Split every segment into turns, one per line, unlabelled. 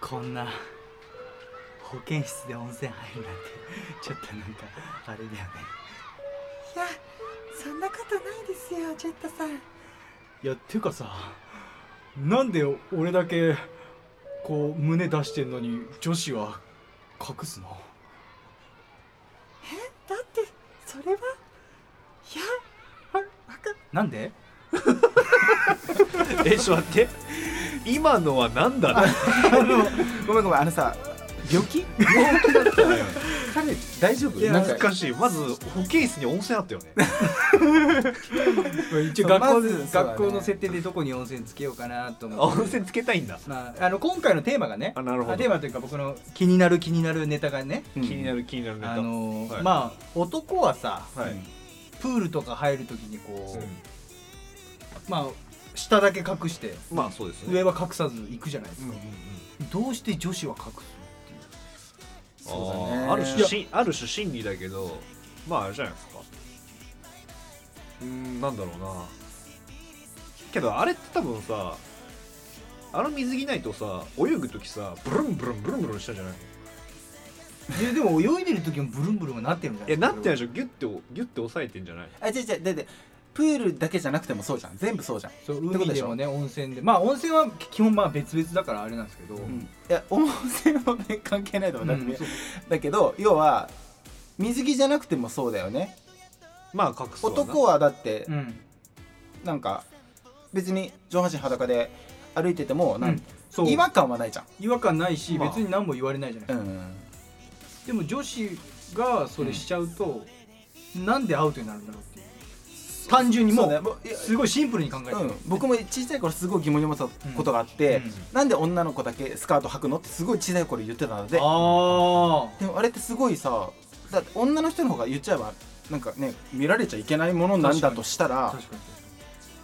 こんな保健室で温泉入るなんてちょっとなんかあれだよね
いやそんなことないですよジェットさん
いやてかさなんで俺だけこう胸出してんのに女子は隠すの
えだってそれはいやわわか
なんで
えちょっと待って今のは何だろう
あのごめんごめんあのさ病気病気だったのよ彼大丈夫
いや
なん
懐
か
かしいまず保健室に温泉あった よね
一応
そう
学校,、
まずそうだね
学校の設定でどこに温泉つけようかなと
あ
思って
温泉つけたいんだ
まあ、あの今回のテーマがね
あなるほど
あテーマというか僕の気になる気になるネタがね、
気になる気になるネタ
あのー
はい
まあ男はさ
はい、
プールとか入る時にこう、
う
まあ下だけ隠して
んまあそうですね
上は隠さず行くじゃないです
うん
か
うんう、ん
どうして女子は隠す
そうだね
あーある種しある種心理だけどまああれじゃないですかうーんなんだろうなけどあれって多分さあの水着ないとさ泳ぐ時さブルンブルンブルンブルンしたじゃないの
のいやでも泳いでる時もブルンブルンはなってるんじゃ
い
ない
やなってないで
る
しょギュッてギュッて押さえてんじゃない
あ違う違うだってプールだけじゃなくてもそうじゃん全部そうじゃん
そう
ってこと
海
でし
で
ょ
もね温泉でまあ温泉は基本まあ別々だからあれなんですけど、
うん
いや温泉はね関係ないと思う、だって
うんそう
だけど要は水着じゃなくてもそうだよね
まあ隠すわな
男はだって
うん
なんか別に上半身裸で歩いててもなん、
うんそう
違和感はないじゃん
違和感ないし、
まあ
別に何も言われないじゃないですか
うん
でも女子がそれしちゃうと、なんでアウトになるんだろうっていう単純にも
そうね
う
ぼいや
すごいシンプルに考えてる、
うん、僕も小さい頃すごい疑問に思ってたことがあっ
う
て、
ん
なんで女の子だけスカート履くのってすごい小さい頃言ってたので
あ
でもあれってすごいさだって女の人の方が言っちゃえばなんかね見られちゃいけないものなんだとした
あ
ら
確か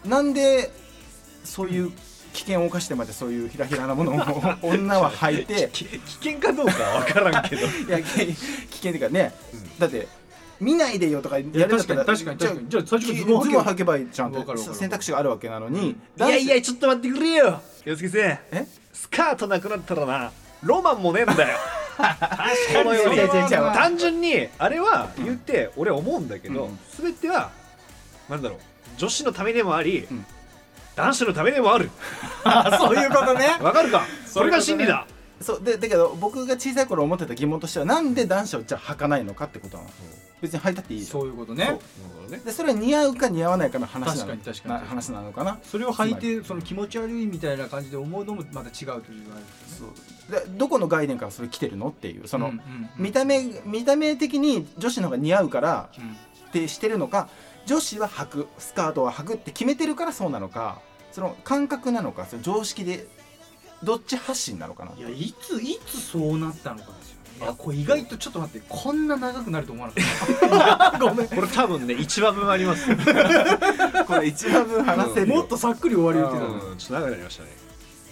に
なんでそういう危険を冒してまでそういうひらひらな ものを女は履いて
き 危険かどうかは分からん けど
いやけ危険っていうかね、
うん
だって見ないでよとかやるんだった
いや
ら
確かに確かに確かに
じゃあ
じゃあ最初からズボン履け
ズボン履けばいいじゃん
わか
っ
る
て
わかる
選択肢があるわけなのに、
いやい
男
やちょっと待ってくれよ洋介先
子え
スカートなくなったらなロマンもねえんだよ確かに
いやいやいや
単純にあれは言って俺思うんだけど、
うん
全てはなんだろう女子のためでもあり、
ん
男子のためでもある
あそういうこ とね
わかるか そ
い
れ
うことね
が真理だ
そうでだけど僕が小さい頃思ってた疑問としてはなんで男子はじゃあ履かないのかってことなの別に履いたっていいじゃん
そういうことね
なるほどね
でそれは似合うか似合わないかの話なの
確かに確かに
な話なのかな
それを履いてその気持ち悪いみたいな感じで思うのもまた違うというあれですね
そうでどこの概念からそれ来てるのっていうそ
う
の、
んうんうん
見た目見た目的に女子の方が似合うから
うん
ってしてるのか女子は履くスカートは履くって決めてるからそうなのかその感覚なのかその常識でどっち発信なのかない
やいついつそうなったのかですよねいやこれ意外とちょっと待ってこんな長くなると思わなかっ
これ多分ね一番分あります、うん、ちょ
これ一番分話
た
よ
もっとさっくり終わる予定だったのに
っと長くなりましたね、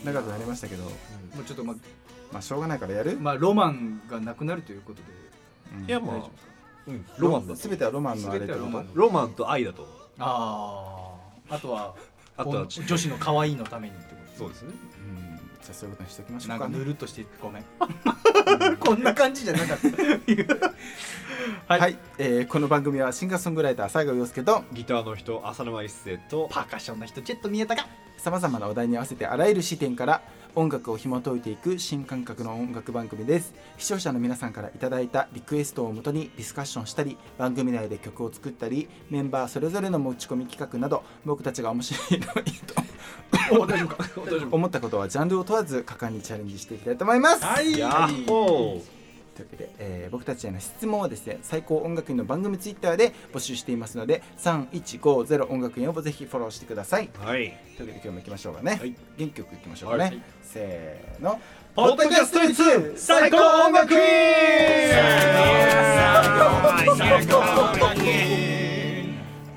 長くなりましたけど
もうちょっとま
まあしょうがないからやる、
まあロマンがなくなるということで
うん
いや
大
ま
丈夫
あ
ですか
うんロ
ロ
マ
マ
ン
ン
だ
だ
と
全てはロマンのあれってこと
全てはロマン
ロマンと愛だと思う
あああとは
あとはちょっ
女子の可愛いのためにってこと
とそうですね
うんじゃあそういうことにしておきましょ
な
うんか
か
ね
ぬるっとしてごめん こんな感じじゃなかった
は、
はいい
えーこの番組はシンガーソングライター西郷陽介と
ギターの人浅沼一生と
パーカッションの人ちょっと見えたか
さまざまなお題に合わせてあらゆる視点から音楽を紐解いていく新感覚の音楽番組です視聴者の皆さんからいただいたリクエストをもとにディスカッションしたり番組内で曲を作ったりメンバーそれぞれの持ち込み企画など僕たちが面白いの に
お大丈夫か大丈
と思ったことはジャンルを問わず果敢にチャレンジしていきたいと思います、
はい
ヤッホー
というわけで、えー僕たちへの質問はですね最高音楽院の番組ツイッターで募集していますので3150音楽院をぜひフォローしてください
はい
というわけで今日も行きましょうかね、
はい
原曲行きましょうかね、
はい
せーの
ポッドキャストイツ最高音楽院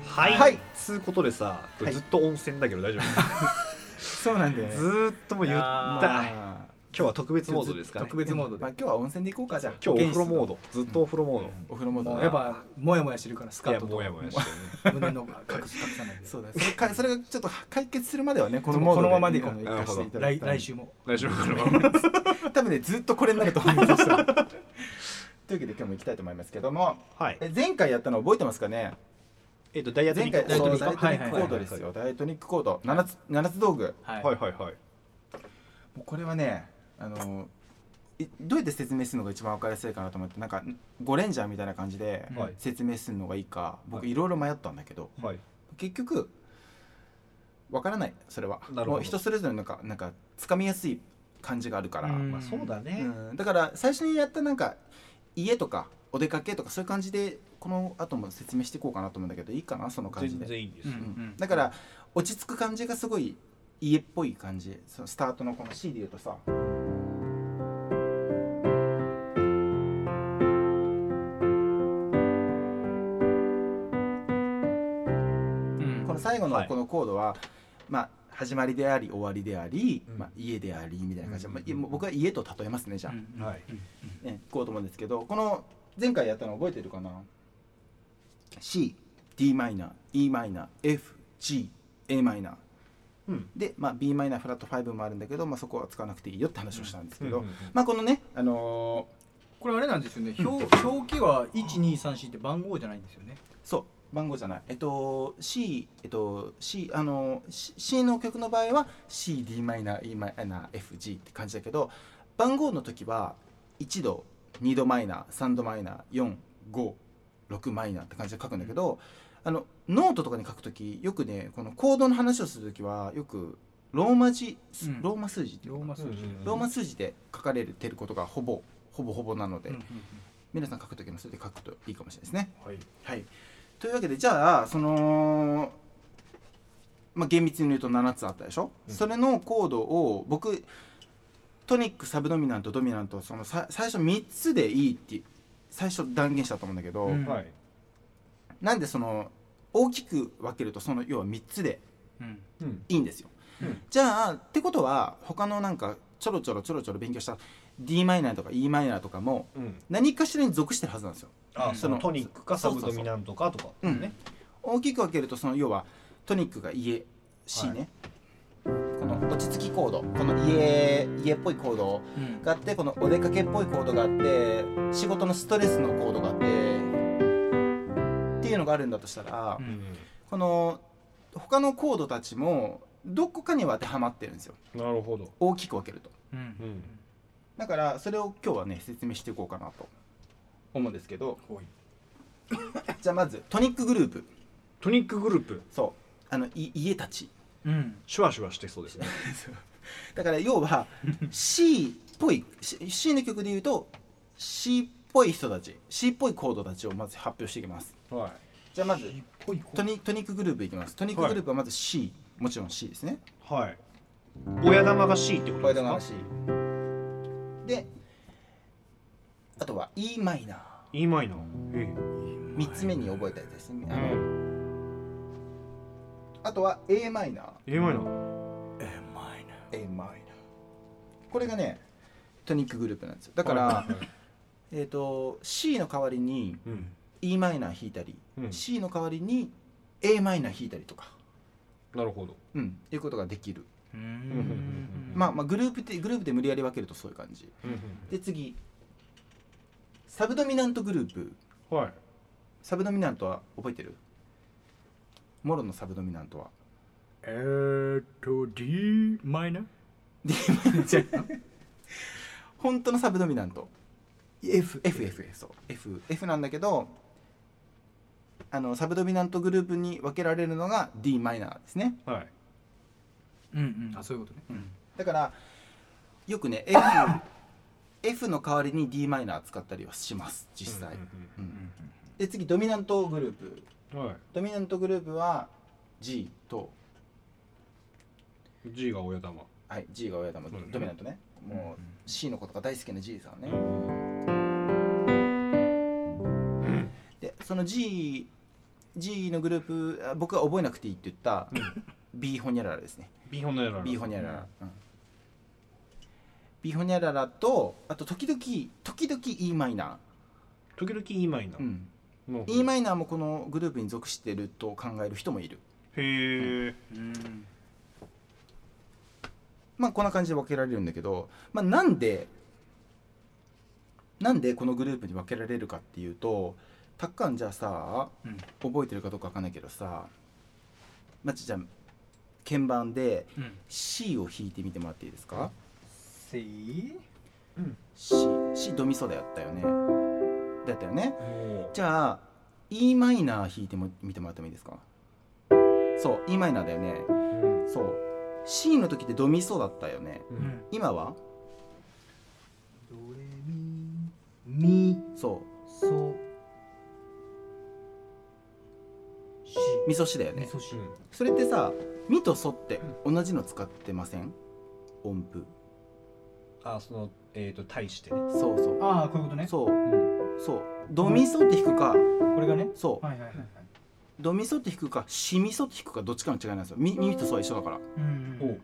はい、
はい
つうことでさ これずっと温泉だけど大丈夫、
そうなんだよね
ずーっともう言っ
いや
た
まあ
日は特別モードですかね
特別モードで
まあ、今日は温泉で行こうかじゃあ
今日お風呂モードずっとお風呂モード、
お風呂モード
もう
だ
やっぱモヤモヤしてるからスカ
い
ー
や
ト
も
と
やもやしてるね
胸の隠す隠さないで
そうだそれかそれがちょっと解決するまではねこの
そう
モード
このままでいこう
うん行かせていただき
来
たい
来週も
大丈夫かな
多分ねずっとこれになると思いますというわけで今日も行きたいと思いますけども
はい
え前回やったの覚えてますかね
えっとダイヤ
前回
ダ
ダ
イ
イエ
エ
ト
ト
ニ
ニッ
ック
ク
コ
はいはいはい
ードですよダイエトニックコード7つ7つ道具
はい、
はいはいはい
もうこれはねあのいどうやって説明するのが一番分かりやすいかなと思ってなんかゴレンジャーみたいな感じで
はい
説明するのがいいか僕
はい
ろいろ迷ったんだけど
はい
結局分からないそれは
なるほど
もう人それぞれなんかなんか掴みやすい感じがあるから、
うん
まあそうだね、
うんだから最初にやったなんか家とかお出かけとかそういう感じでこの後も説明していこうかなと思うんだけどいいかなその感じ
全
で、
然いいんですよ、
う
うん
ん
だから落ち着く感じがすごい家っぽい感じそのスタートのこの C で言うとさ
うん
この最後の
はい
このコードは、まあ始まりであり終わりであり、
うん
まあ、家でありみたいな感じで、
うん
まあいやもう僕は家と例えますねじゃあ、
うん
はい
うん
ね、いこうと思うんですけどこの前回やったの覚えてるかな ?CDmEmFGAm
うん
で、まあ、Bm フラット5もあるんだけど、まあ、そこは使わなくていいよって話をしたんですけど、
うんうんうん
まあこのね、あの
これあれなんですよね表表記は1234って番号じゃないんですよね
ーそう番号じゃないえっと C えっと C あのー C, C の曲の場合は CDmEmFG って感じだけど番号の時は1度2度マイナー3度マイナー456マイナーって感じで書くんだけど、あのノートとかに書く時よくねこのコードの話をする時はよくローマ字、
うん
ローマ数字っていう
ロ
の
ー
か
マ数
な
字で、
ローマ数字で書かれてることがほぼほぼほぼなので、
うんうん
皆さん書く時もそれで書くといいかもしれないですね。
はい
はい、というわけでじゃあその、まあ、厳密に言うと7つあったでしょ、
うん
それのコードを僕トニックサブドミナントドミナントそのさ最初3つでいいって最初断言したと思うんだけど、
うん
はい
なんでその大きく分けるとその要は3つで
うんうん
うん
いいんですよ、
うん
じゃあってことは他のなんかちょろちょろちょろちょろ勉強した d マイナーとか e マイナーとかも
うん
何かしらに属してるはずなんですよ
あ
うん
そのトニックか
そ
サ
うそ
ブ
うそう
ドミナントかとか
うん
ね
大きく分けるとその要はトニックが家 C ね、この落ち着きコードこの家家っぽいコード
うん
があってこのお出かけっぽいコードがあって仕事のストレスのコードがあってっていうのがあるんだとしたら、
うん
この他のコードたちもどこかには当てはまってるんですよ
なるほど
大きく分けると
うん
うん
だからそれを今日はね説明していこうかなと思うんですけど
ほい
じゃあまずトニックグループ
トニックグループ
そうあのい家たち
うん
シュワシュワしてそうですね
だから要は C っぽい C C の曲で言うと C っぽい人たち C っぽいコードたちをまず発表していきます
は
じゃあまず
しっぽい子
トニトニックグループいきますトニックグループはまず C、もちろん C ですね
いはい親玉が C ってこと
親
です
玉
か
が C であとは e マイナー
E マイナーえ
3つ目に覚えたやつですねあの、あとは a マイナー
え A マイナー
Am I now?
a マイナーこれがねトニックグループなんですよだから、えっ、と C の代わりに
うん
e マイナー弾いたり、
うん
C の代わりに a マイナー弾いたりとか、
なるほど
うん、いうことができる、
うー
うんうん
ん
まあ、まあグループでグループで無理やり分けるとそういう感じで次サブドミナントグループ
はい
サブドミナントは覚えてるモロのサブドミナントは
えーっと D マイナー
D マイナーじゃん本当のサブドミナント FFF そう F, F なんだけどあのサブドミナントグループに分けられるのが d マイナーですね
はい
うんうんあそういうことね
だからよくね F, F の代わりに d マイナー使ったりはします実際、
うん
うんで次ドミナントグループ
うんうんは
ドミナントグループは G と、
い G が親玉
はい、G が親玉
うん
ドミナントねもう C のことが大好きな G さんね、でその G, G のグループあ僕は覚えなくていいって言った B ホニャララですね
B 本のやら
B ホニャララ、うんビホニャララとあと時々時々 e マイナ
時々 E マイナ
ー、う
ー、
ん、
うん
e マイナーもこのグループに属してると考える人もいる
へえ
うん
まあこんな感じで分けられるんだけど、まあ、なんでなんでこのグループに分けられるかっていうとたっかんじゃあさ、
うん
覚えてるかどうか分かんないけどさまちじゃあ鍵盤で
うん
C を弾いてみてもらっていいですか
せい
C, C ドミソだったよねだったよね
も
じゃあ e マイナー弾いても見てもらってもいいですかそう e マイナーだよねそう C の時ってドミソだったよね
う、う
うんん
今は
ドレミミ
そ
ソシ
うミソシだよね
ソシ
それってさミとソって同じの使ってません音符
あそのえっ、と対してね、
そうそう
ああこういうことね
そうそうドミソって弾くか
これがね
そう
はいはいはいはい
ドミソって弾くかシミソって弾くかどっちかの違いなんですよミミとソは一緒だから
うんうん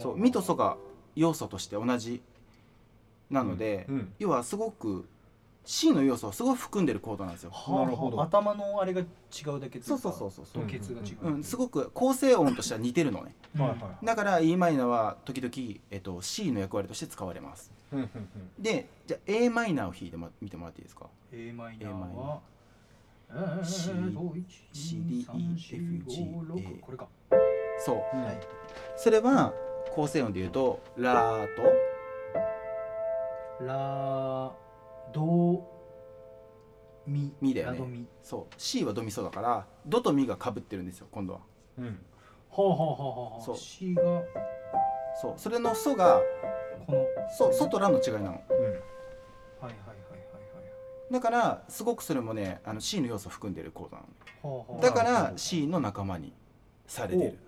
そうミとソが要素として同じなので、
うん
要はすごく C の要素をすごい含んでるコードなんですよ。
はあ
なるほど
頭のあれが違うだけといか
そうそうそうそうそう
時血が違
う
う、
ん、すごく構成音としては似てるのね。
はいはいはい
だから e マイナーは時々、えっと、C の役割として使われます。
うんうん
でじゃあ a マイナーを弾いても見てもらっていいですか
A マイナ
A
ー
マイナー
はえー
C
そう1
C
2 3
D E F G
4 5 6
A
これか
そう
うん
はい
それは構成音で言うと「ラ」と
ラドミ
ミだよね
ラドミ
そう C はドミソだから「ド」と「ミ」がかぶってるんですよ今度は。
うん
ほうほうほうほうほう
そう
C がこ
そうそれの「ソ」が
の
「ソ」ソと「ラ」の違いなの。
はいはいはいはいはい
だからすごくそれもねあの C の要素を含んでるコードなの。
ほうほう
だか
なるほ
ら
ど
C の仲間にされてる。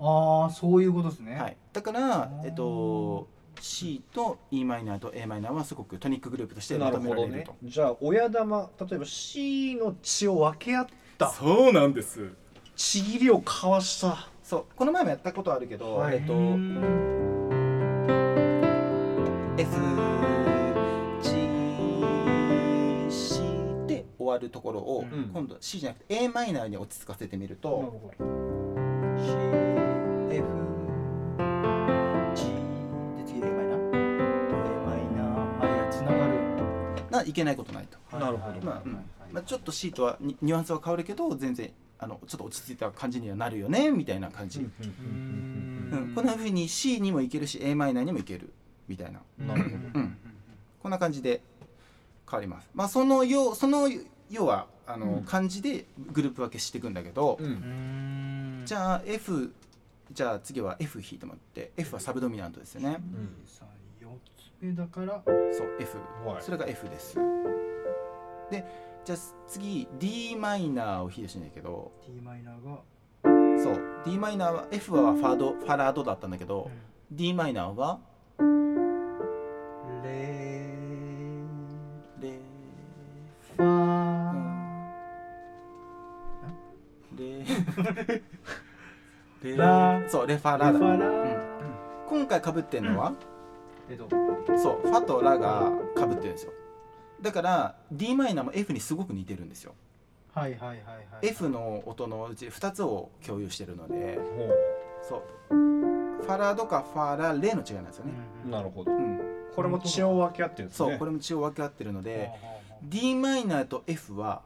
ああそういうことですね
はい、だから
ー、
えっと、C と e マイナーと a マイナーはすごくトニックグループとしてまとめられると。
じゃあ親玉例えば C の血を分け合った
そうなんです。
ちぎりを交わした
そうこの前もやったことあるけど、
はい
えっと
うーん
S G C で終わるところを、
うん
今度 C じゃなくて a マイナーに落ち着かせてみる
なる
と、
ほ
C F G で次 a マイナー
A マイナーはいつながる
ないけないことないと。
はい
なるほど
はい
ま
は
あ
い
うん
はい
まあ、ちょっと C とはニニュアンスは変わるけど全然あのちょっと落ち着いた感じにはなるよねみたいな感じ、うん
うーん
こんなふうに C にもいけるし a マイナーにもいけるみたいな
なるほど
うんこんな感じで変わります、まあ、その要その要はあの、
うん
感じでグループ分けしていくんだけど、
どう
うんん
じ
ゃあ
ゃあ F じゃあ次は F 引いてもらって F はサブドミナントですよね
4つ目だから
そう F
はい
それが F ですでじゃあ次 d マイナーを弾いてほしいんだけど、
D マイナーが
そう d マイナーは F はファードファラードだったんだけど、d マイナーは
レ
レ
ファ
レレ
ラ
そうレファラ
ラ
だ
ファラ
今回かぶってるのは、
えっと
そうファとラがかぶってるんですよだから d マイナーも F にすごく似てるんですよ、
はいはいはいはい
F の音のうち2つを共有してるので
ほ
そうファラードかファラレの違いなんですよね、
う
る
なるほど
うん、
これも血を分け合ってるんです
そう、
ね
これも血を分け合ってるので d マイナーと F は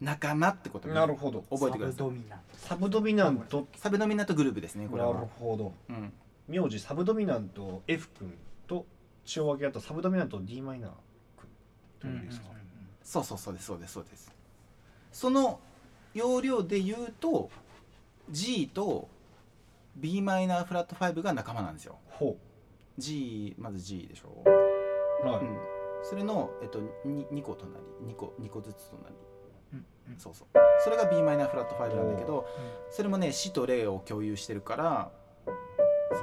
仲間ってことに
なるほど
覚えてくだ
サ
さい
ブドミナン
サブドミナント
サブドミナントグループですねこれ
なる
は、
ほど
うん、
名字サブドミナント F 君と血を分け合ったサブドミナント d マイナー
ト
君ということですか、
そうそうそうですそうですそうですその要領で言うと G と b マイナーフラット5が仲間なんですよ
ほ
G まず G でしょ、
うは
う
い、
ん、それの、えっと、に 2, 個隣2個2個ずつ隣
うんうん
そうそうそれが b マイナーフラット5なんだけどそれもね「死」と「霊」を共有してるからそう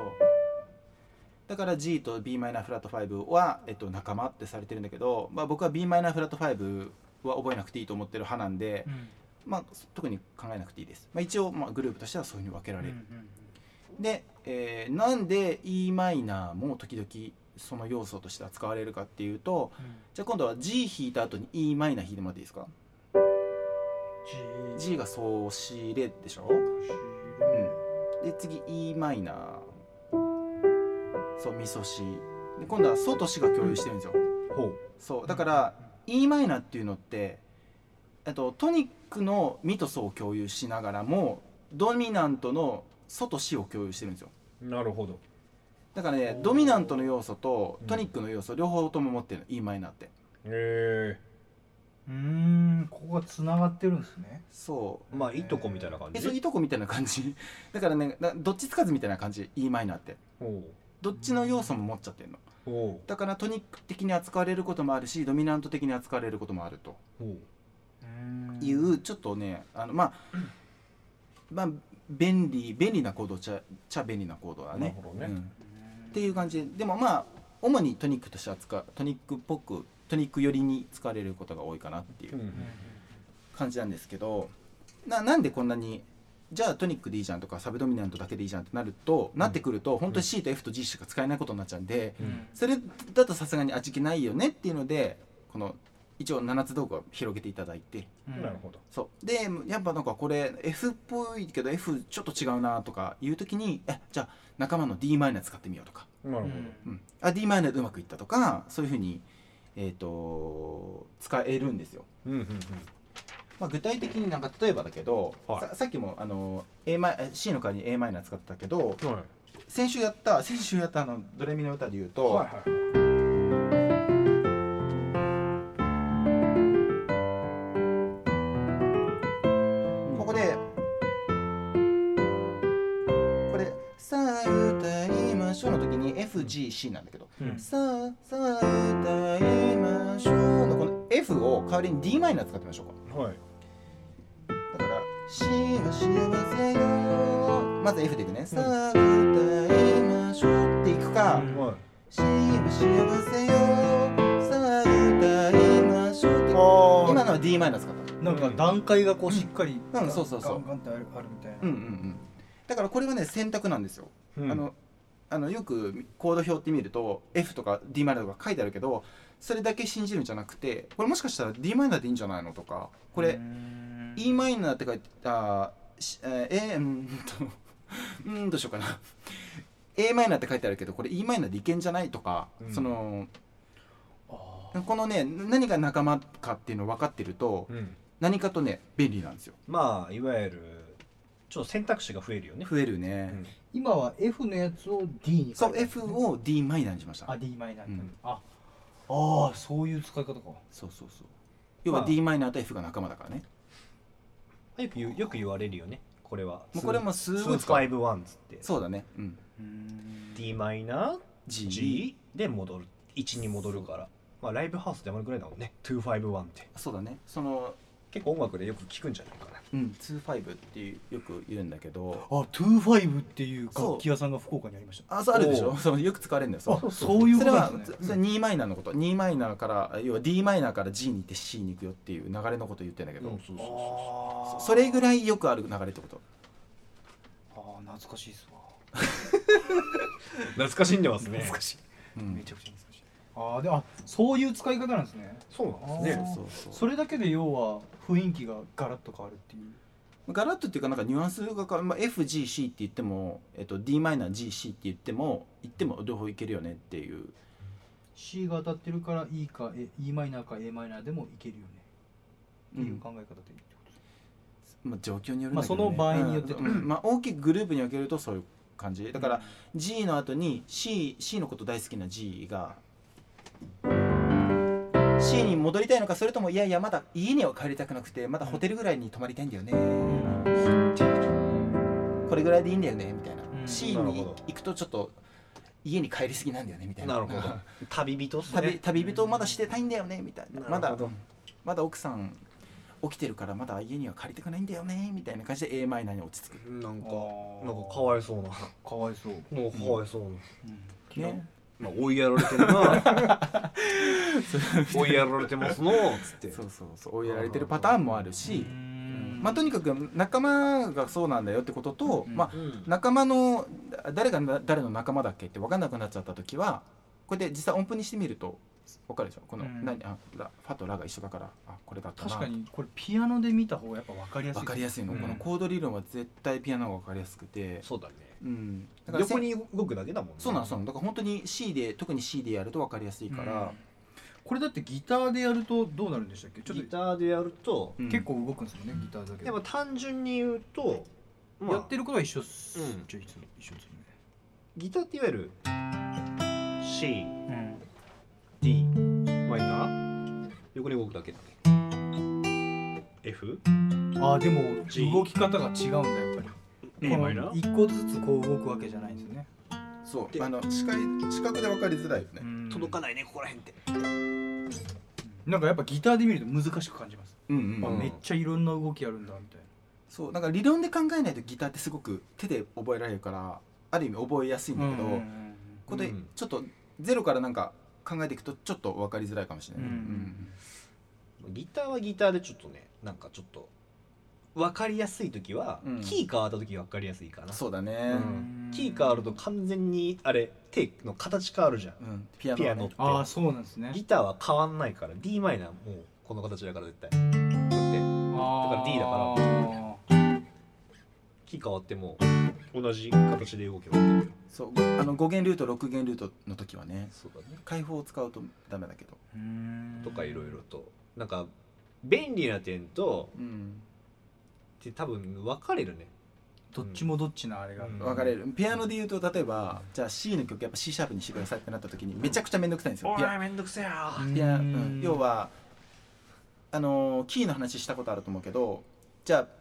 だから G と b マイナーフラット5は、えっと、仲間ってされてるんだけど、まあ、僕は b マイナーフラット5は覚えなくていいと思ってる派なんで、
うん
まあ、特に考えなくていいです、まあ、一応、まあ、グループとしてはそういうふうに分けら
うん
れ
う
る、
ん
で、えーなんで e マイナーも時々その要素として扱われるかっていうとじゃあ今度は G 弾いた後に e マイナー弾いてもらっていいですか G がソシレでしょ、うん、で次 e マイナーそうミソシで今度はソとシが共有してるんですよ、
ほう
そうだから、e マイナーっていうのってあとトニックのミとソを共有しながらもドミナントのソとシを共有してるんですよ
なるほど
だからねドミナントの要素と
うん
トニックの要素両方とも持ってるの e マイナーって
へ
うーんここがつながってるんですね
そ
えまあいとこみたいな感
う
じ
えそういとこみたいな感じ だからねなどっちつかずみたいな感じ e マイナーって
ほ
どっちの要素も持っちゃってるの
うほ
だからトニック的に扱われることもあるしドミナント的に扱われることもあると
うほ
うーん
いうちょっとねあのまあまあ便利便利な行動ちゃちゃ便利な行動だね
なるほどね
うんっていう感じででもまあ主にトニックとして扱うトニックっぽくトニック寄りに使われることが多いかなっていうう
うん
感じなんですけどななんでこんなにじゃあトニックでいいじゃんとかサブドミナントだけでいいじゃんってなると、なってくると本当に C と F と G しか使えないことになっちゃうんで、
う
うんん
それだとさすがに味気ないよねっていうのでこの一応7つ道具を広げていただいて
うん
なるほど
そうでやっぱなんかこれ F っぽいけど F ちょっと違うなとかいう時にえじゃあ仲間の d マイナー使ってみようとか、
なるほど
うん、あ d マイナーでうまくいったとかそういうふうに、えー、と使えるんですよ、
うんうんうん
まあ、具体的になんか例えばだけど、
はい
ささっきもあの a マイえ C の代わりに a マイナー使ってたけど
はい
先週やった先週やったあのドレミの歌で言うと、
はいはい
ここでこれ「さあ歌いましょう」の時に FGC なんだけど「
うん
さあさあ歌いましょう」のこの F を代わりに d マイナー使ってみましょうか
はい
だから「しは幸せよ」まず F でいくね「さあ歌いましょう」っていくか
うん
はい
「しは幸せよ」「さあ歌いましょう」って
あ
今のは d マイナー使った
なんか段階がこうしっかり
うん
ガ
そうそうそう
ガンガンってあるあるみたいな
うんうんうんだからこれはね選択なんですよ
うん
あのあのよくコード表って見ると F とか d マイナーとか書いてあるけどそれだけ信じるんじゃなくてこれもしかしたら d マイナーでいいんじゃないのとかこれ e マイナーって書いてあーしえー、えー、うーんと うーんどうしようかな a マイナーって書いてあるけどこれ e マイナーでいけんじゃないとか、
うん
その
あ
このね何が仲間かっていうの分かってると
うん
何かとね便利なんですよ
まあいわゆるちょっと選択肢が増えるよね
増えるね、
うん
ー今は F のやつを D に
そ
変えたんで
う
す
F
ね
を d マイナーにしました
あ D マイナー
う
に
ん
あああそういう使い方か
そうそうそう要は
まあ
d マイナーと F が仲間だからね
よく言うよく言われるよねこれは
もうこれもす
す
ご
ご
い
い
使う
5-1つって
そうだね。うん。
D マイナー
G。
G で戻る1に戻るからまあライブハウスでもあるぐらいだもんね251って
そうだね。その、
結構音楽でよく聞くんじゃないかな
うん、25っていうよく言うんだけど。
あ25っていう楽器屋さんが福岡にありました
あ、そうあるでし
お
ょ
う
そうよく使われるんだよ。そ
あ
う。
そういう
そ
ことで
れは
すね、
それ2マイナーのこと。2マイナーから、要は D マイナーから G に行って C に行くよっていう流れのことを言ってんだけど、
そう
あー
そそれぐらいよくある流れってこと。
あー懐かしいっすわ
懐かしんでますね懐かしい
うん。
ちゃくちゃ難しいああであそういう使い方なんですね
そうなんです
あ
ね
ー
そうそうそ
それだけで要は雰囲気がガラッと変わるっていう
う。ガラッとっていうか、なんかニュアンスが変わる、まあ、F、G、C って言っても、えっと、D マイナー、G、C って言っても、言っても両方いけるよねっていう。
C が当たってるから E か A E マイナーか A マイナーでもいけるよねっていう考え方でいいってことですね
まあ、状況によるんだけど、ね、
まあその場合によって
うんうんまあ、大きくグループに分けるとそういう感じだから G の後に C, C のこと大好きな G が C に戻りたいのかそれともいやいやまだ家には帰りたくなくてまだホテルぐらいに泊まりたいんだよね、これぐらいでいいんだよねみたいな、
うん
C
なるほ
に
ど
行くとちょっと家に帰りすぎなんだよねみたいな
なるほど旅人っす
旅
ね
旅人をまだしてたいんだよねみたいなま
な
だ
るほど
まだ奥さん起きてるからまだ家には帰りたくないんだよねみたいな感じで a マイナーに落ち着く
なんか
あー
なんかかわいそうな
かわいそう、
もうかわいそうな
ね
まあ追いやられてるな 追いやられてますのつって
そうそうそう追いやられてるパターンもあるし
うん
まあ、とにかく仲間がそうなんだよってことと、
うん
まあ、
うん
仲間のだ誰がな誰の仲間だっけって分かんなくなっちゃった時はこれで実際音符にしてみると分かるでしょこの、
うん
何あラファとラが一緒だからあこれだったな
確かにこれピアノで見た方がやっぱ分かりやすい
分かりやすいの、
うん
このコード理論は絶対ピアノの方が分かりやすくて、
そうだね
うん、だからせん
横に動くだけだもんね
そうなのそうなのだから本当に C で特に C でやると分かりやすいか
うん
ら、
これだってギターでやるとどうなるんでしたっけちょっ
ギ
と
ターでやると
うん
結構動くんですよね、ギターだけ
でも単純に言うと、まあ
やってることは一緒っす、
うん
じゃあいつも一緒ですよね
ギターっていわゆる C
うん、
D マイナー横に動くだけだね F
あーでも
G
動き方が違うんだやっぱり
A マイナ
この
ー
一個ずつこう動くわけじゃないんですよね、
そうあの視界視覚で分かりづらいよね、
届かないねここら辺って
なんかやっぱギターで見ると難しく感じます、
うんうんうん
あめっちゃいろんな動きあるんだみたい
そうなんか理論で考えないとギターってすごく手で覚えられるからある意味覚えやすいん
な、
だけど、
うんうんうん
ここで
うん
ちょっとゼロからなんか考えていくとちょっと分かりづらいかもしれない、
うん
ギターはギターでちょっとねなんかちょっと分かりやすい時は、
うん
キー変わった時分かりやすいかな
そうだね、
う
うん
キー変わると完全にあれ手の形変わるじゃん、
うんピアノ,、ね、
ピアノって
ああそうなんですね
ギターは変わんないから d マイナーもうこの形だから絶対こうやっ
あ
てだからキー変わっても同じ形で動けばいいんだよ
そうごあの5弦ルート6弦ルートの時はね
そうだね
開放を使うとダメだけど、
とかいろいろとなんか便利な点と
うん、
って多分分かれるね
どっちもどっちのあれがある、
うん
分かれるピアノで言うと例えばじゃあ C の曲やっぱ C シャープにしてくださいってなった時にめちゃくちゃめんどくさいんですよ、ピア
めんどくせえよ
ピアうん、要はあのーキーの話したことあると思うけどじゃあ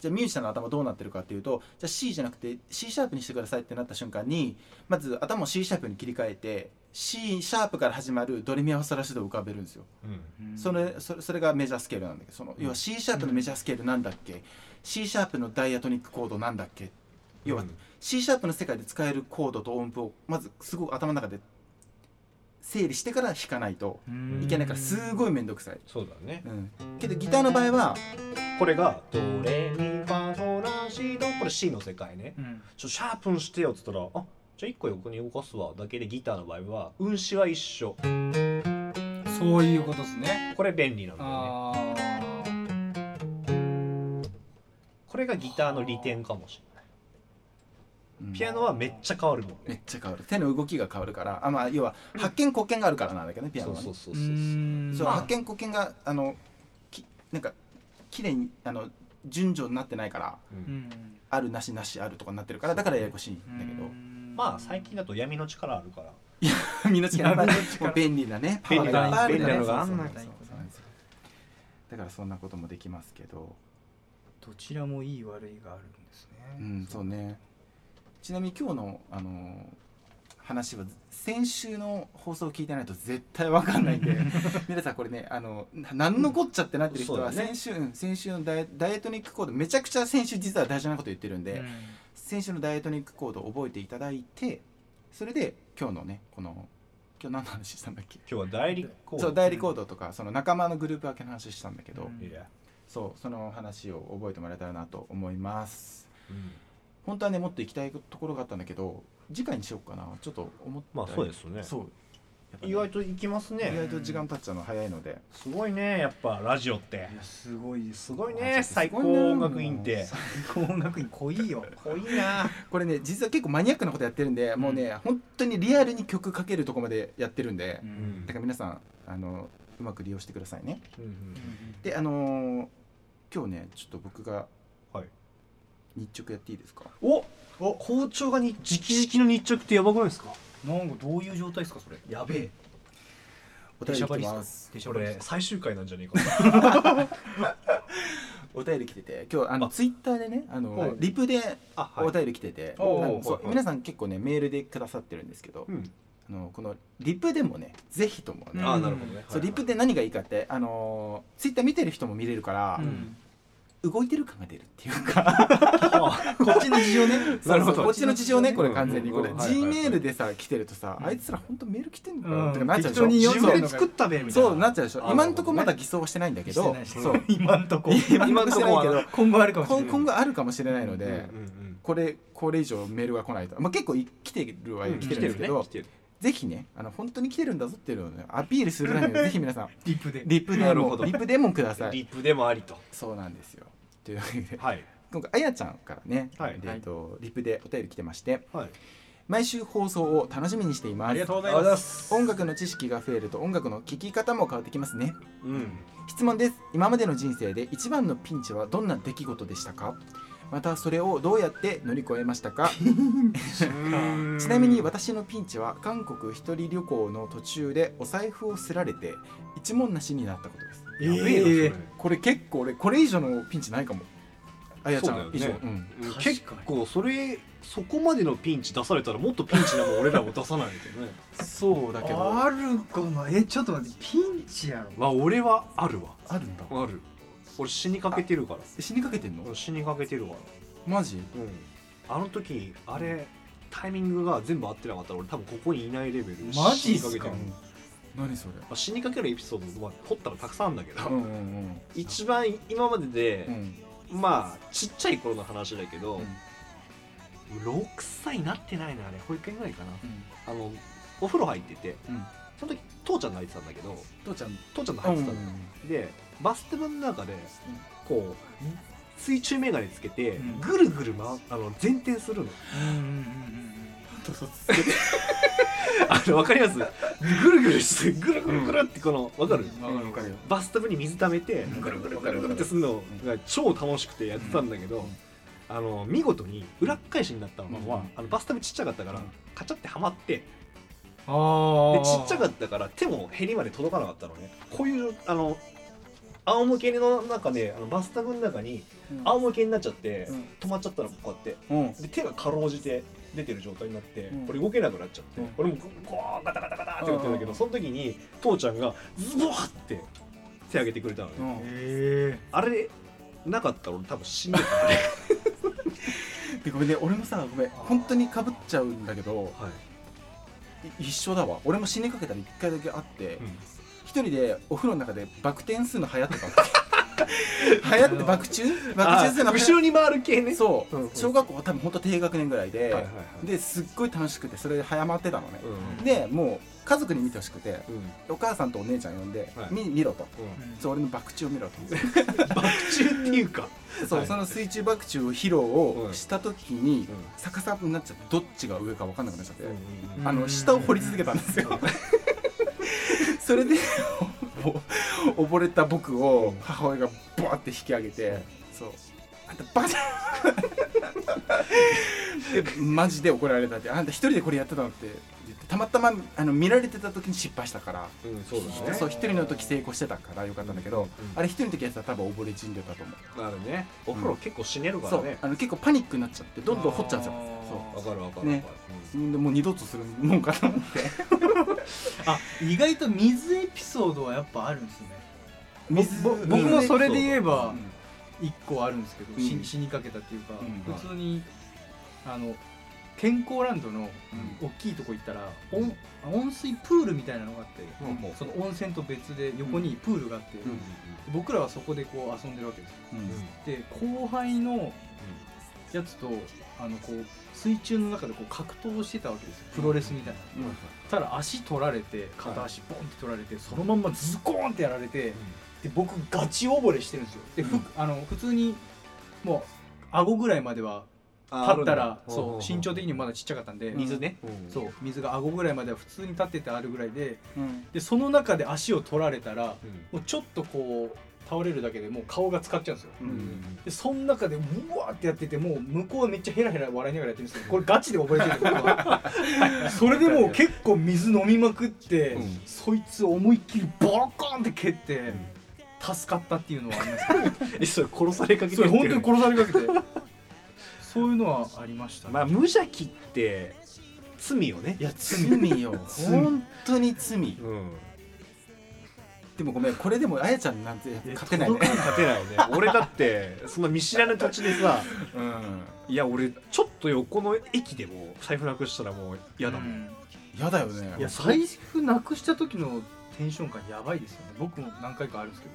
じゃあミュージシャンの頭どうなってるかっていうとじゃあ C じゃなくて C シャープにしてくださいってなった瞬間にまず頭を C シャープに切り替えて C シャープから始まるドレミファソラシドを浮かべるんですよ、
うん
それそれそれがメジャースケールなんだけどその要は C シャープのメジャースケールなんだっけ、C シャープのダイアトニックコードなんだっけ要は C シャープの世界で使えるコードと音符をまずすごく頭の中で整理してから弾かないと
うん
いけないからすごい面倒くさい、
そうだね
うん、けどギターの場合は
これがドレミファソラシドこれ C の世界ね
うん
ちょシャープンしてよっつったらあじゃあ1個横に動かすわだけでギターの場合は運指は一緒
そういうことですね
これ便利なんだよね
ああ
これがギターの利点かもしれない
うん
ピアノはめっちゃ変わるもん
めっ
ね
ちゃ変わる手の動きが変わるからあ、まあ、要は発見固見があるからなんだけどねピア
そ
ノ
う
は、ね
そう、そう
う
そう
ーん
そう
まあ
発見固見があのきなんか綺麗にあの順序になってないから
うん
うん
あるなしなしあるとかになってるからだからややこしいんだけど、
まあ最近だと闇の力あるから
みんな違う
闇の力
もう便利だね
便利だ
パワーがいっ
便
ぱいある
利なのがあんの
そうそうそうそうそうなんですよだからそんなこともできますけど
どちらもいい悪いがあるんですね。
うんそうねちなみに今日のあのー話は先週の放送を聞いてないと絶対わかんないん で皆さんこれねあのな何のこっちゃってなってる人は
そうだね
先週、うん先週のダイダイエットニックコードめちゃくちゃ先週実は大事なこと言ってるんで、
うん
先週のダイエットニックコードを覚えていただいてそれで今日のねこの今日何の話したんだっけ
今日は代理コー
そう
ド
代理コードとかその仲間のグループ分けの話したんだけど、
うん
いや
そうその話を覚えてもらえたらなと思います
うん
本当はねもっと行きたいところがあったんだけど次回にしようかなちょっと思って
まあそうですね
そうやっぱね
意外といきます
意
ね
外と時間経っちゃうの早いのです
ごいねやっぱラジオって
いやすごいです
すごい
ラジオ
ね
ってすごい
最
な
高音楽院って
最高音楽に濃いよ。
濃い な
これね実は結構マニアックなことやってるんで、もうね本当にリアルに曲かけるとこまでやってるんで、
うん
だから皆さんあのうまく利用してくださいね
うんうん
であのー今日ねちょっと僕が
はい
日直やっていいですか
おお校長がに直々の日直ってやばくないですか
なんかどういう状態ですかそれ。
やべえ
お便り来てます
デシャ
こ
バリ
れ
スか。
最終回なんじゃねえ かな
お便り来てて今日あの
あ
ツイッターでねあ
は
の
い
リプで
あ
お便り来てて、
おー
あのそう
はい
皆さん結構ねメールでくださってるんですけど、
うん
あのこのリプでもねぜひともね、
うん
あーなるほどね
そうリプで何がいいかってあのツイッター見てる人も見れるから、
うん
動いてる感が出るっていう か
こっちの事情 ね
なるほど
こっちの事情ねこれ完全に
うん
これ
うんはいはい
G
はい
メールでさ来てるとさあいつら本当メール来てんのか
う
なんとかなっちゃうでし
適当に
ょ
読
自
んでんのか
分で作ったべみたいな
そうなっちゃうでしょ
あ
今んとこ
な
ま
るほど
だ
ね
偽装はしてないんだけ
して
ど
ないして
そ
な
う
い今んとこ
今んとこしてないけど
今後あるかもしれ
今
ない
今後あるかもしれないので、
うんうん
これこれ以上メールが来ないと、まあ、結構い来てるは
うん
来てるんですけど、
来てるね
ぜひねあの本当に来てるんだぞっていうのを、ね、アピールするため にはぜひ皆さん
リップで
リップ
な
で
る
も
ほど
リップでもくだ
来て
さ
る
い
リップでもありと
そうなんですよというわけで
はい
今回あやちゃんからね、
はい
えっとリップでお便り来てまして
はい
毎週放送を楽しみにしています
ありがとうござい
ありがとうござ
ま
いますす
音楽の知識が増えると音楽の聴き方も変わってきますね
うん
質問です今までの人生で一番のピンチはどんな出来事でしたかまたそれをどうやって乗り越えましたかちなみに私のピンチは韓国一人旅行の途中でお財布をすられて一文なしになったことです
え
やべえ
え
なそれ
これ結構俺これ以上のピンチないかもあやちゃん、
そう
以
だ
上、
よ
う
ね
ん、
うん
確かに
結構それそこまでのピンチ出されたらもっとピンチなもん俺らも出さないけどね
そうだけど
あるかなえちょっと待ってピンチやろ
まあ俺はあるわ
あるんだ
ある俺死にかけてるから
死にかけてんの
俺死にかけてるわ
マジ
うんあの時あれタイミングが全部合ってなかったら俺多分ここにいないレベル
マジっすか
死にかけてる
何それ
まあ死にかけるエピソード、まあ、取ったらたくさんあるんだけど、
うんうん
一番今までで
うんう、ん
まあちっちゃい頃の話だけど、
うん
6歳になってないなあれ保育園ぐらいかな
う
あ
ん
のお風呂入ってて
うん
その時父ちゃんが入ってたんだけど
父ちゃん
父ちゃんが
う
入っ
ん
てたの、でバス停の中でこう水中眼鏡つけて、
うん
ぐるぐる、ま、あの前転するの
うんうんうんうん
あのわかりますぐるぐるしてぐるぐるぐるってこのわかる、
わかるわかるよ
バスタブに水溜めて
うん
ぐるぐるぐるぐるってするのが超楽しくてやってたんだけど、
うん
あの見事に裏っ返しになったのは、
うん
あのバスタブちっちゃかったから、
うん
カチャってはまって
あ
で
あ
ちっちゃかったから手もへりまで届かなかったのねこういうあの仰向けの中であのバスタブの中に
うん
仰向けになっちゃって、
うん
止まっちゃったのこうやって
うん
で手がかろうじて出てる状態になって、
うん
これ動けなくなっちゃって、
うん
これもうゴーンガタガタガタってなってるんだけ
うん
どその時に父ちゃんがズボッって手挙げてくれたのね、
うん
え
あれなかったら俺多分死んでたね、
でごめんね俺もさごめん本当にかぶっちゃうんだけど
はい
い一緒だわ俺も死にかけたら一回だけあって一、人でお風呂の中でバク転するの流行ってた の流行ってバク宙バク宙するの流行
後ろに回る系ね
そう、
うんうん
小学校多分本当低学年ぐらいで、
はいはいはい
ですっごい楽しくてそれで早まってたのね
う、ん
でもう家族に見てほしくて
うん
お母さんとお姉ちゃん呼んで、
はい
見見ろと、
うん
ー
そう俺のバク宙を見ろと
爆中っていうか、
そう、
はい
その水中バク宙を披露をした時に、逆さになっちゃってどっちが上か分かんなくなっちゃって、
うん
あの下を掘り続けたんですよ。 それでお溺れた僕を母親がバーって引き上げて、そうあんたバカじゃん。 でマジで怒られたってあんた一人でこれやってたのって言ってたまたまあの見られてた時に失敗したから、
うんそうだね
そう一人の時成功してたからよかったんだけど、
うん
あれ一人の時やってたら多分溺れ死んでたと思う。
あるねお風呂結構死ねるか
そ
ら
う
ね
あの結構パニックになっちゃってどんどん掘っちゃうんですよ
あー。
そう
わかるわかるわかる、
ねうんでもう二度とするもんかと思って。
あ意外と水エピソードはやっぱあるんですね
水
ぼ
うん
僕もそれで言えば
うん
一個あるんですけど、
うん
死に死にかけたっていうか、
うん
普通にあの健康ランドの
う
大きいとこ行ったら、
うん
温温水プールみたいなのがあって、
うんうん
その温泉と別で横にプールがあって、
うん
僕らはそこでこう遊んでるわけですよ
うん
で後輩のやつとあのこう水中の中でこう格闘してたわけですよプロレスみたいな、ただ足取られて片足ボンって取られて、そのまんまズコーンってやられて、で僕ガチ溺れしてるんですよで、ふ
うん
あの普通にもう顎ぐらいまでは立ったらそう身長的にもまだちっちゃかったんで、
うん
水ね、
そう水が顎ぐらいまでは普通に立っててあるぐらいで
うん
でその中で足を取られたら
うん、
もうちょっとこう倒れるだけでもう顔が使っちゃうんですよ
う
うんん
でその中でうわーってやっててもう向こうはめっちゃヘラヘラ笑いながらやってるんですけどこれガチで覚えてるんですけどそれでもう結構水飲みまくって、
うん
そいつ思いっきりボロコンって蹴って、助かったっていうのはあります
えそれ殺されかけ
そ
て
れ
る
本当に殺されかけてそういうのはありましたね、
まあ無邪気って罪よね
いや罪
罪よ本当に罪
うん
でもごめんこれでもあやちゃんなんて勝てないね、
勝てないね俺だってそんな見知らぬ土地でさ
うん、
いや俺ちょっと横の駅でも財布なくしたらもう嫌だもん、
やだよね
いや財布なくした時のテンション感やばいですよね僕も何回かあるんですけ
う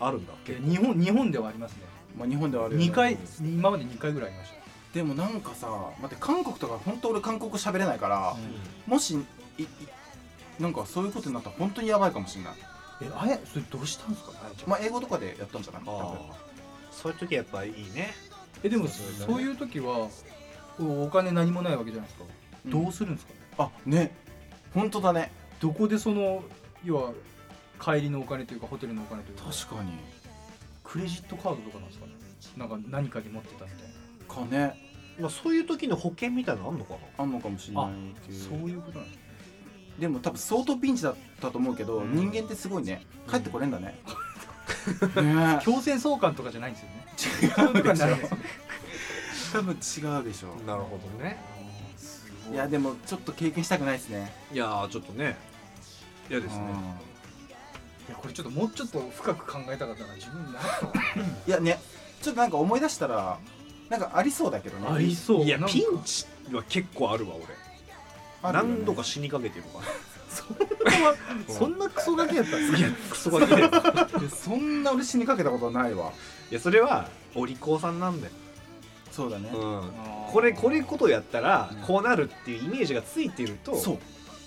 あるんだ
どいや日本日本ではありますね
んまあ、日本ではあるよね
2回今まで2回ぐらいありました
でもなんかさ待って韓国とか本当俺韓国語喋れないから、もしいいなんかそういうことになったら本当にやばいかもしれない、
えあやそれどうしたんですかねあやちゃん
まあ、英語とかでやったんじゃない
ああそういう時やっぱいいね
えでも
そうそう
そういう時はおお金何もないわけじゃないですか、
うん
どうするんですかね
あね本当だね
どこでその要は帰りのお金というかホテルのお金というか
確かに
クレジットカードとかなんですかねなんか何かに持ってたみたいな
かね
まあそういう時の保険みたいなのあんのかな
あんのかもしれないけど
そういうことなんです
でも多分相当ピンチだったと思うけど、
うん
人間ってすごいね帰ってこれんだね、 ね
強制送還とかじゃないんですよね
え
そういうことは ないですよね
多分違うでしょ
なるほどね
す
いやでもちょっと経験したくないですね
いやーちょっとね嫌ですね
いやこれちょっともうちょっと深く考えたかったから自分になかった
うんいやねちょっとなんか思い出したらなんかありそうだけどね
なありそう
いや
なんか
ピンチは結構あるわ俺
あるよね
何度か死にかけて るから
そんなクソガキやったんです
いやクソが切れる
いやそんな俺死にかけたことはないわ
いやそれはお利口さんなんだよ、
そうだね
うん、これこれことをやったら
うん
こうなるっていうイメージがついてると
そう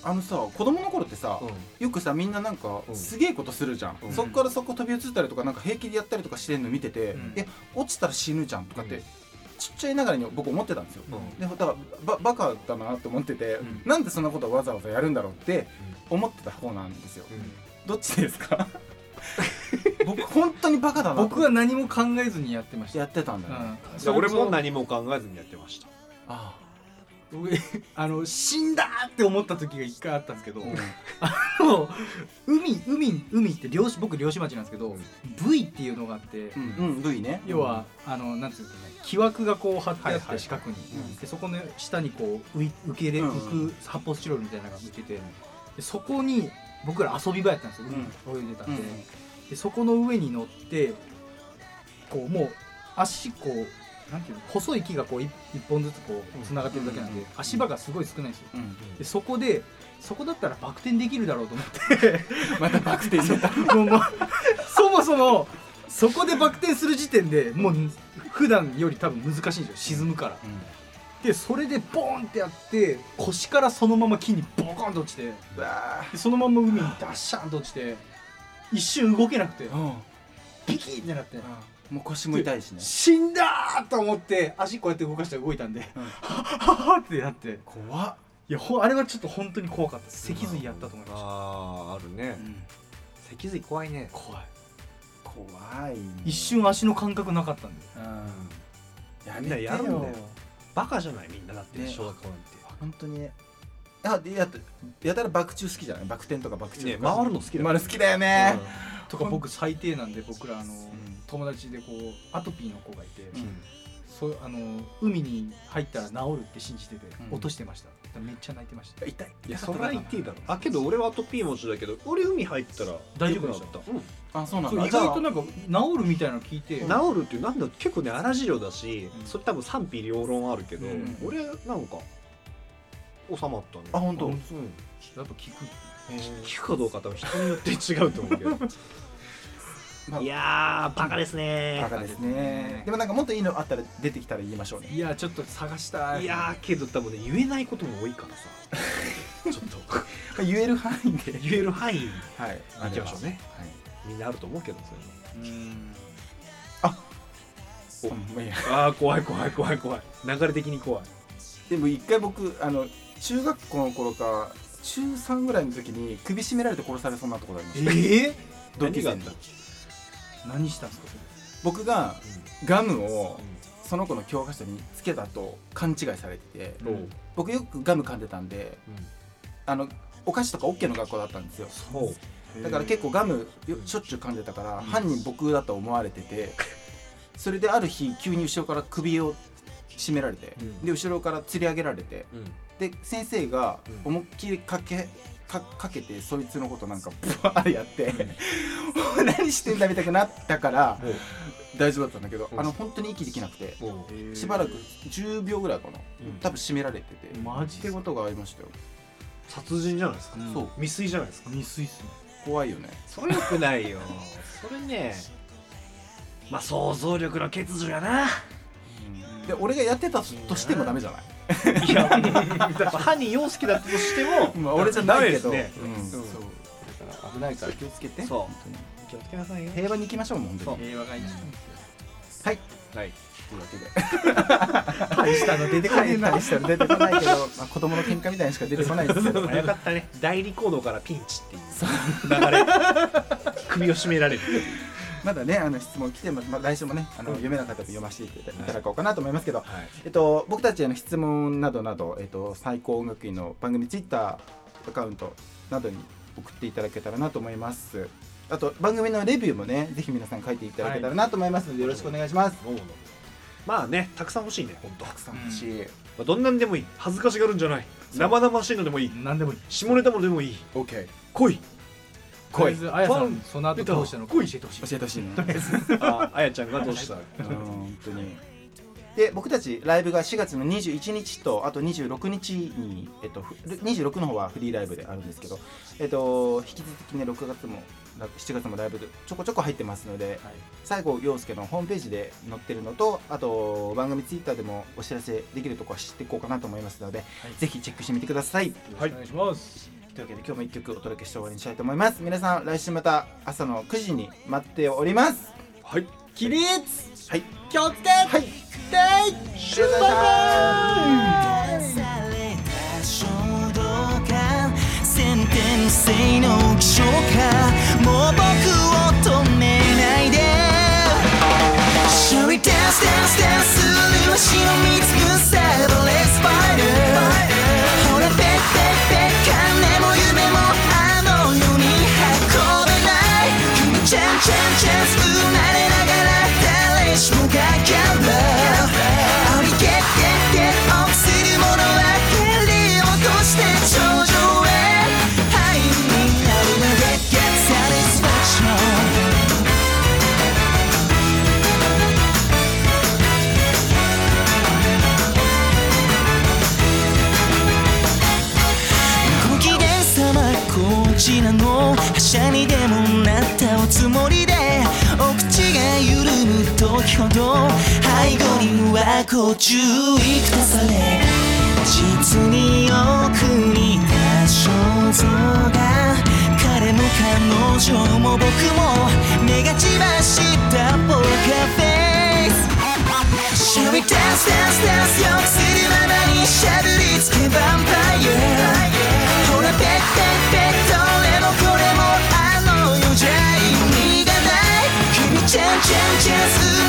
あのさ子供の頃ってさ、
う
よくさみんななんか
うん
すげえことするじゃん、
うん
そこからそこ飛び移ったりとかなんか平気でやったりとかしてんの見てて、
うん
え落ちたら死ぬじゃんとかって、
うん
ちっちゃいながらに僕思ってたんですよ、
んうん
でだからばバカだなと思ってて、
うん
なんでそんなことをわざわざやるんだろうって思ってた方なんですよ、どっちですか 僕本当にバカだなと思って
僕は何も考えずにやってました
やってたんだよね、
うん
いや俺も 何も考えずにやってました
あ
上あの死んだーって思った時が一回あったんですけど、
あ、
もう海海海って漁師僕漁師町なんですけど、V っていうのがあって、
うん、うん、V ね
要はあのなんていうんですかね木枠がこう張ってあ
はい
っ
はいは
て
い
四角に、
うん
でそこの下にこう浮い浮けで
うん
浮く発泡スチロールみたいなのが浮いてて、でそこに僕ら遊び場やったんですよ、海泳いでたんで,、でそこの上に乗ってこうもう足こうなんていうの細い木がこうい一本ずつこうつながってるだけなんで、
うん
足場がすごい少ないんですよ
うん、
でそこでそこだったらバク転できるだろうと思って
またバク転してた
もうもうそもそもそこでバク転する時点でもう普段より多分難しいんですよ沈むからでそれでボーンってやって腰からそのまま木にボコンと落ちて
うわ
でそのまま海にダッシャンと落ちて一瞬動けなくて
ーうん
ピキってなって
もう腰も痛いしね
死んだーと思って足こうやって動かしたら動いたんで、
うん
はっはっはってなって
怖っ
いやほあれはちょっと本当に怖かったです脊髄やったと思いました、
あああるね脊髄怖いね
怖い
怖いね
一瞬足の感覚なかったんで
うんや
みんなやるんだよ
めて
バカじゃないみんなだって
ね
小学校なん
本当にねあでやっやたらバク宙好きじゃないバク転とかバク宙
てね
とか
回るの好きだ
回る好きだよね
とか僕最低なんで僕らあの、
ん
友達でこうアトピーの子がいて、
うん
そうあの海に入ったら治るって信じてて、
うん
落としてましただからめっちゃ泣いてました
痛い
いやそれは言っていいだろ
あ
あ
け
け
ど
ど俺はアトピー持ちだけど俺海入ったら
大丈夫で
良く
し
な
た
った
あそうなん
そう
だ
意外となんか治るみたいなの聞いて、
うん治るっていうなんだ結構ね荒治療だし
うん
それ多分賛否両論あるけど
うん
俺なんか収まったね
あ本当
うん
うん
やっぱ聞く
聞くかどうか多分人によって違うと思うけど
まあ
やーバカですね
バカですねでもなんかもっといいのあったら出てきたら言いましょうね
いやちょっと探したい
いやーけど多分ね言えないことも多いからさ ちょっと
まあ言える範囲で
言える範囲に
はい
行きましょうね
はい
みんなあると思うけどそれ
う
も
ん
うんまあいいや
ああ怖い怖い怖い怖い流れ的に怖い
でも一回僕あの中学校の頃か中3ぐらいの時に首絞められて殺されそうになったことありま
え
した
ー、
同
何
級
が
生
あっ
に
たの
何したんですか
僕がガムをその子の教科書につけたと勘違いされてて
そ
ロ
れ
ー
僕よくガム噛んでたんであのお菓子とか OK の学校だったんですよ
そう
だから結構ガムよしょっちゅう噛んでたから犯人僕だと思われててそれである日急に後ろから首を絞められて
うん
で後ろから吊り上げられて
うん
で先生が
うん
思いっきりかけかかけてそいつのことなんかブワーやって「 何してんだ」みたいになったから
おう
大丈夫だったんだけど
うん
あの本当に息できなくて
おう
しばらく10秒ぐらいかな
うん
多分締められててっ
マジ
てことがありましたよ
殺人じゃないですか
うん
そう
未遂じゃないですか
未遂っすね
怖いよね
それよくないよそれねまあ想像力の欠如やな
で俺がやってたとしてもダメじゃない
いや犯人陽介だったとしても
まあ俺じゃないけ
ダ
ど
メですね
うん
うん
そうだから危ないから気をつけて
そう
本当に
気をつけなさいよ
平和に行きましょうもう本当に
平和が一番
はい
はい
というわけで
大したの出てこ
大変な話したら出てこないけど、まあ、子供の喧嘩みたいにしか出てこないです けど
早かったね代理行動からピンチっていう流れ首を絞められる
まだねあの質問来てます、まあ、来週もねあの読めなかったら読ませていただこうかなと思いますけど、
はい
えっと、僕たちへの質問などなど、えっと、最高音楽院の番組ツイッターアカウントなどに送っていただけたらなと思いますあと番組のレビューもねぜひ皆さん書いていただけたらなと思いますので、よろしくお願いします
どうもどうもまあねたくさん欲しいね本当
たくさん欲しい、
まあ、どんなんでもいい恥ずかしがるんじゃない生々しいのでもいい
何でもいい
下ネタものでもいい
OK
来い
とりあえ
教
ずあやさ
ファ
ん
ン
その後どうしたのか教えてほしい
えてほしい ね
ああやちゃんがどうした
うん本当にで僕たちライブが4月の21日とあと26日に、えっと、ふ26の方はフリーライブであるんですけど、えっと、引き続きね6月もラ7月もライブでちょこちょこ入ってますので、
はい
最後陽介のホームページで載ってるのとあと番組ツイッターでもお知らせできるとこは知っていこうかなと思いますので、ぜひチェックしてみてください
よろしくお願いします
というわけで今日も1曲お届けして終わりにしたいと思います皆さん来週また朝の9時に待っております
はい
起立はい
気をつけ
はい
シュバイバイ
Sentence の気象かもう僕を止めないで Shall we dance dance dance する足を見つくサードレスファイルほらベッベッベッ金も夢もあの世に運べない君チャンチャンチャンス生まれながら誰しもが Gambler I'll be get get get off するものは蹴り落として頂上へ High になるまで Get satisfaction「ご機嫌さまこちらのはしゃにでもなったおつもりで」「お口が緩む時ほど背後にはご注意くだされ」「実に奥にいた肖像が彼も彼女も僕も目がちましたポーカーフェイス」Shall we dance, dance, dance よくするままにしゃぶりつけヴァンパイアほらペッペッペッどれもこれもあの世じゃ意味がない君ちゃんちゃんちゃん